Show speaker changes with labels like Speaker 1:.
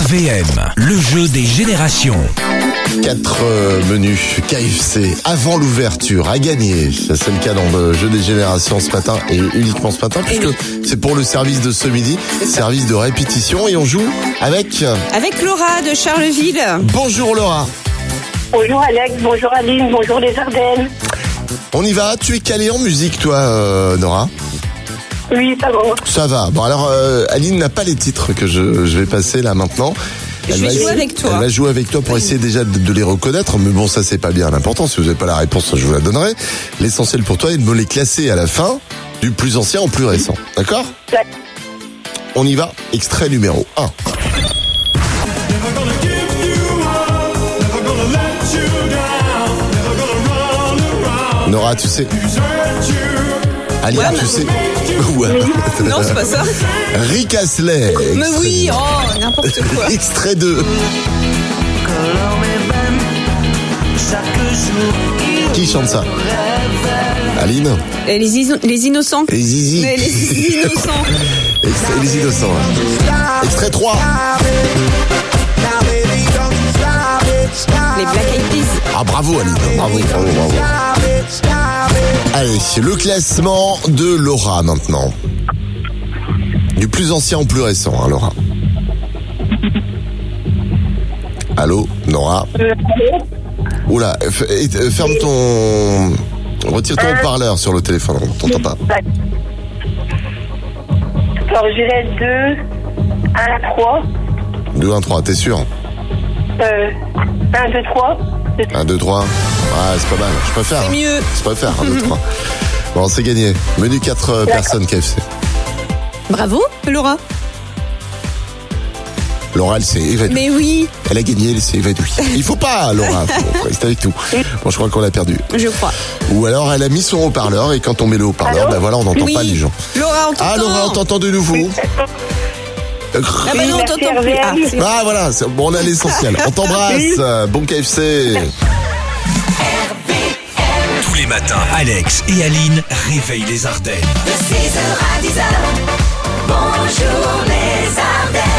Speaker 1: RVM, le jeu des générations.
Speaker 2: Quatre euh, menus KFC avant l'ouverture à gagner. Ça, C'est le cas dans le jeu des générations ce matin et uniquement ce matin puisque c'est pour le service de ce midi, service de répétition et on joue avec.
Speaker 3: Avec Laura de Charleville.
Speaker 2: Bonjour Laura,
Speaker 4: Bonjour Alex, bonjour Aline, bonjour les Ardennes.
Speaker 2: on y va. Tu es calée en musique toi, euh, Nora.
Speaker 4: Oui, ça va.
Speaker 2: Ça va. Bon alors, euh, Aline n'a pas les titres que je, je vais passer là maintenant.
Speaker 3: Je vais jouer
Speaker 2: essayer-
Speaker 3: avec toi.
Speaker 2: Elle va jouer avec toi pour essayer déjà de, de les reconnaître. Mais bon, ça c'est pas bien. L'important, si vous n'avez pas la réponse, je vous la donnerai. L'essentiel pour toi est de me les classer à la fin, du plus ancien au plus récent. D'accord
Speaker 4: Ouais.
Speaker 2: On y va. Extrait numéro 1.
Speaker 5: Never gonna give you up, never gonna let you down, never gonna run around,
Speaker 2: Nora, tu sais.
Speaker 5: desert you.
Speaker 2: Aline,
Speaker 3: Ouais,
Speaker 2: tu
Speaker 3: mais-
Speaker 2: sais. Ouais.
Speaker 3: Non, c'est pas ça.
Speaker 2: Rick Astley.
Speaker 3: Mais
Speaker 2: Extrait
Speaker 3: oui,
Speaker 2: numéro-
Speaker 3: oh, n'importe quoi.
Speaker 2: Extrait 2. Qui chante ça Aline
Speaker 3: Et Les, iso- les innocents.
Speaker 2: Et Zizi
Speaker 3: Mais les innocents.
Speaker 2: Extrait- les innocents. ouais. Extrait 3.
Speaker 3: Les Black Eyed Peas.
Speaker 2: Ah bravo Aline, bravo, bravo, bravo. Allez, le classement de Laura maintenant. Du plus ancien au plus récent, hein, Laura. Allô, Nora
Speaker 4: Euh,
Speaker 2: Oula, f- et- euh, ferme ton... Retire
Speaker 3: Euh.
Speaker 2: ton haut-parleur sur le téléphone, on t'entend pas.
Speaker 4: Alors j'irai 2, 1, 3,
Speaker 2: 2, 1, 3, t'es sûr
Speaker 4: euh, 1, 2, 3.
Speaker 2: 1, 2, 3. Ouais, c'est pas mal, je préfère.
Speaker 3: C'est mieux.
Speaker 2: Je préfère, 1, 2, 3. Bon, c'est gagné. Menu 4 personnes KFC.
Speaker 3: Bravo, Laura.
Speaker 2: Laura, elle s'est évanouie.
Speaker 3: Mais oui,
Speaker 2: Elle a gagné, elle s'est évanouie. Il faut pas, Laura. Faut rester avec tout. Bon, je crois qu'on l'a perdu.
Speaker 3: je crois.
Speaker 2: Ou alors, elle a mis son haut-parleur et quand on met le haut-parleur,
Speaker 4: Allô
Speaker 2: ben voilà, on n'entend
Speaker 3: oui.
Speaker 2: pas les gens.
Speaker 3: Laura, on t'entend.
Speaker 2: Ah, Laura, on t'entend de nouveau.
Speaker 3: Ah bah non, on
Speaker 4: Merci,
Speaker 3: t'entend plus. Ah,
Speaker 4: RVM.
Speaker 3: c'est-
Speaker 2: Ah, voilà, c'est- bon, on a l'essentiel. On t'embrasse. euh, Bon KFC.
Speaker 1: Tous les matins, Alex et Aline réveillent les Ardennes.
Speaker 6: De 6h à 10h, bonjour les Ardennes.